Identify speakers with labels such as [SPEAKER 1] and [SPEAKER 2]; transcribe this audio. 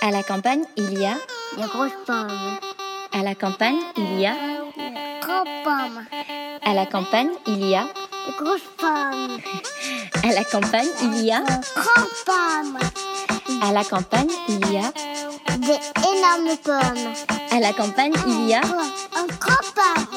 [SPEAKER 1] À la campagne, il y a.
[SPEAKER 2] Des grosses pommes.
[SPEAKER 1] À la campagne, il y a.
[SPEAKER 2] Des grosses pommes.
[SPEAKER 1] À la campagne, il y a.
[SPEAKER 2] Des grosses pommes.
[SPEAKER 1] À la campagne, il y a.
[SPEAKER 2] Des grosses pommes.
[SPEAKER 1] À la campagne, il y a.
[SPEAKER 2] Des énormes pommes.
[SPEAKER 1] À la campagne, il y a.
[SPEAKER 2] Un gros pomme.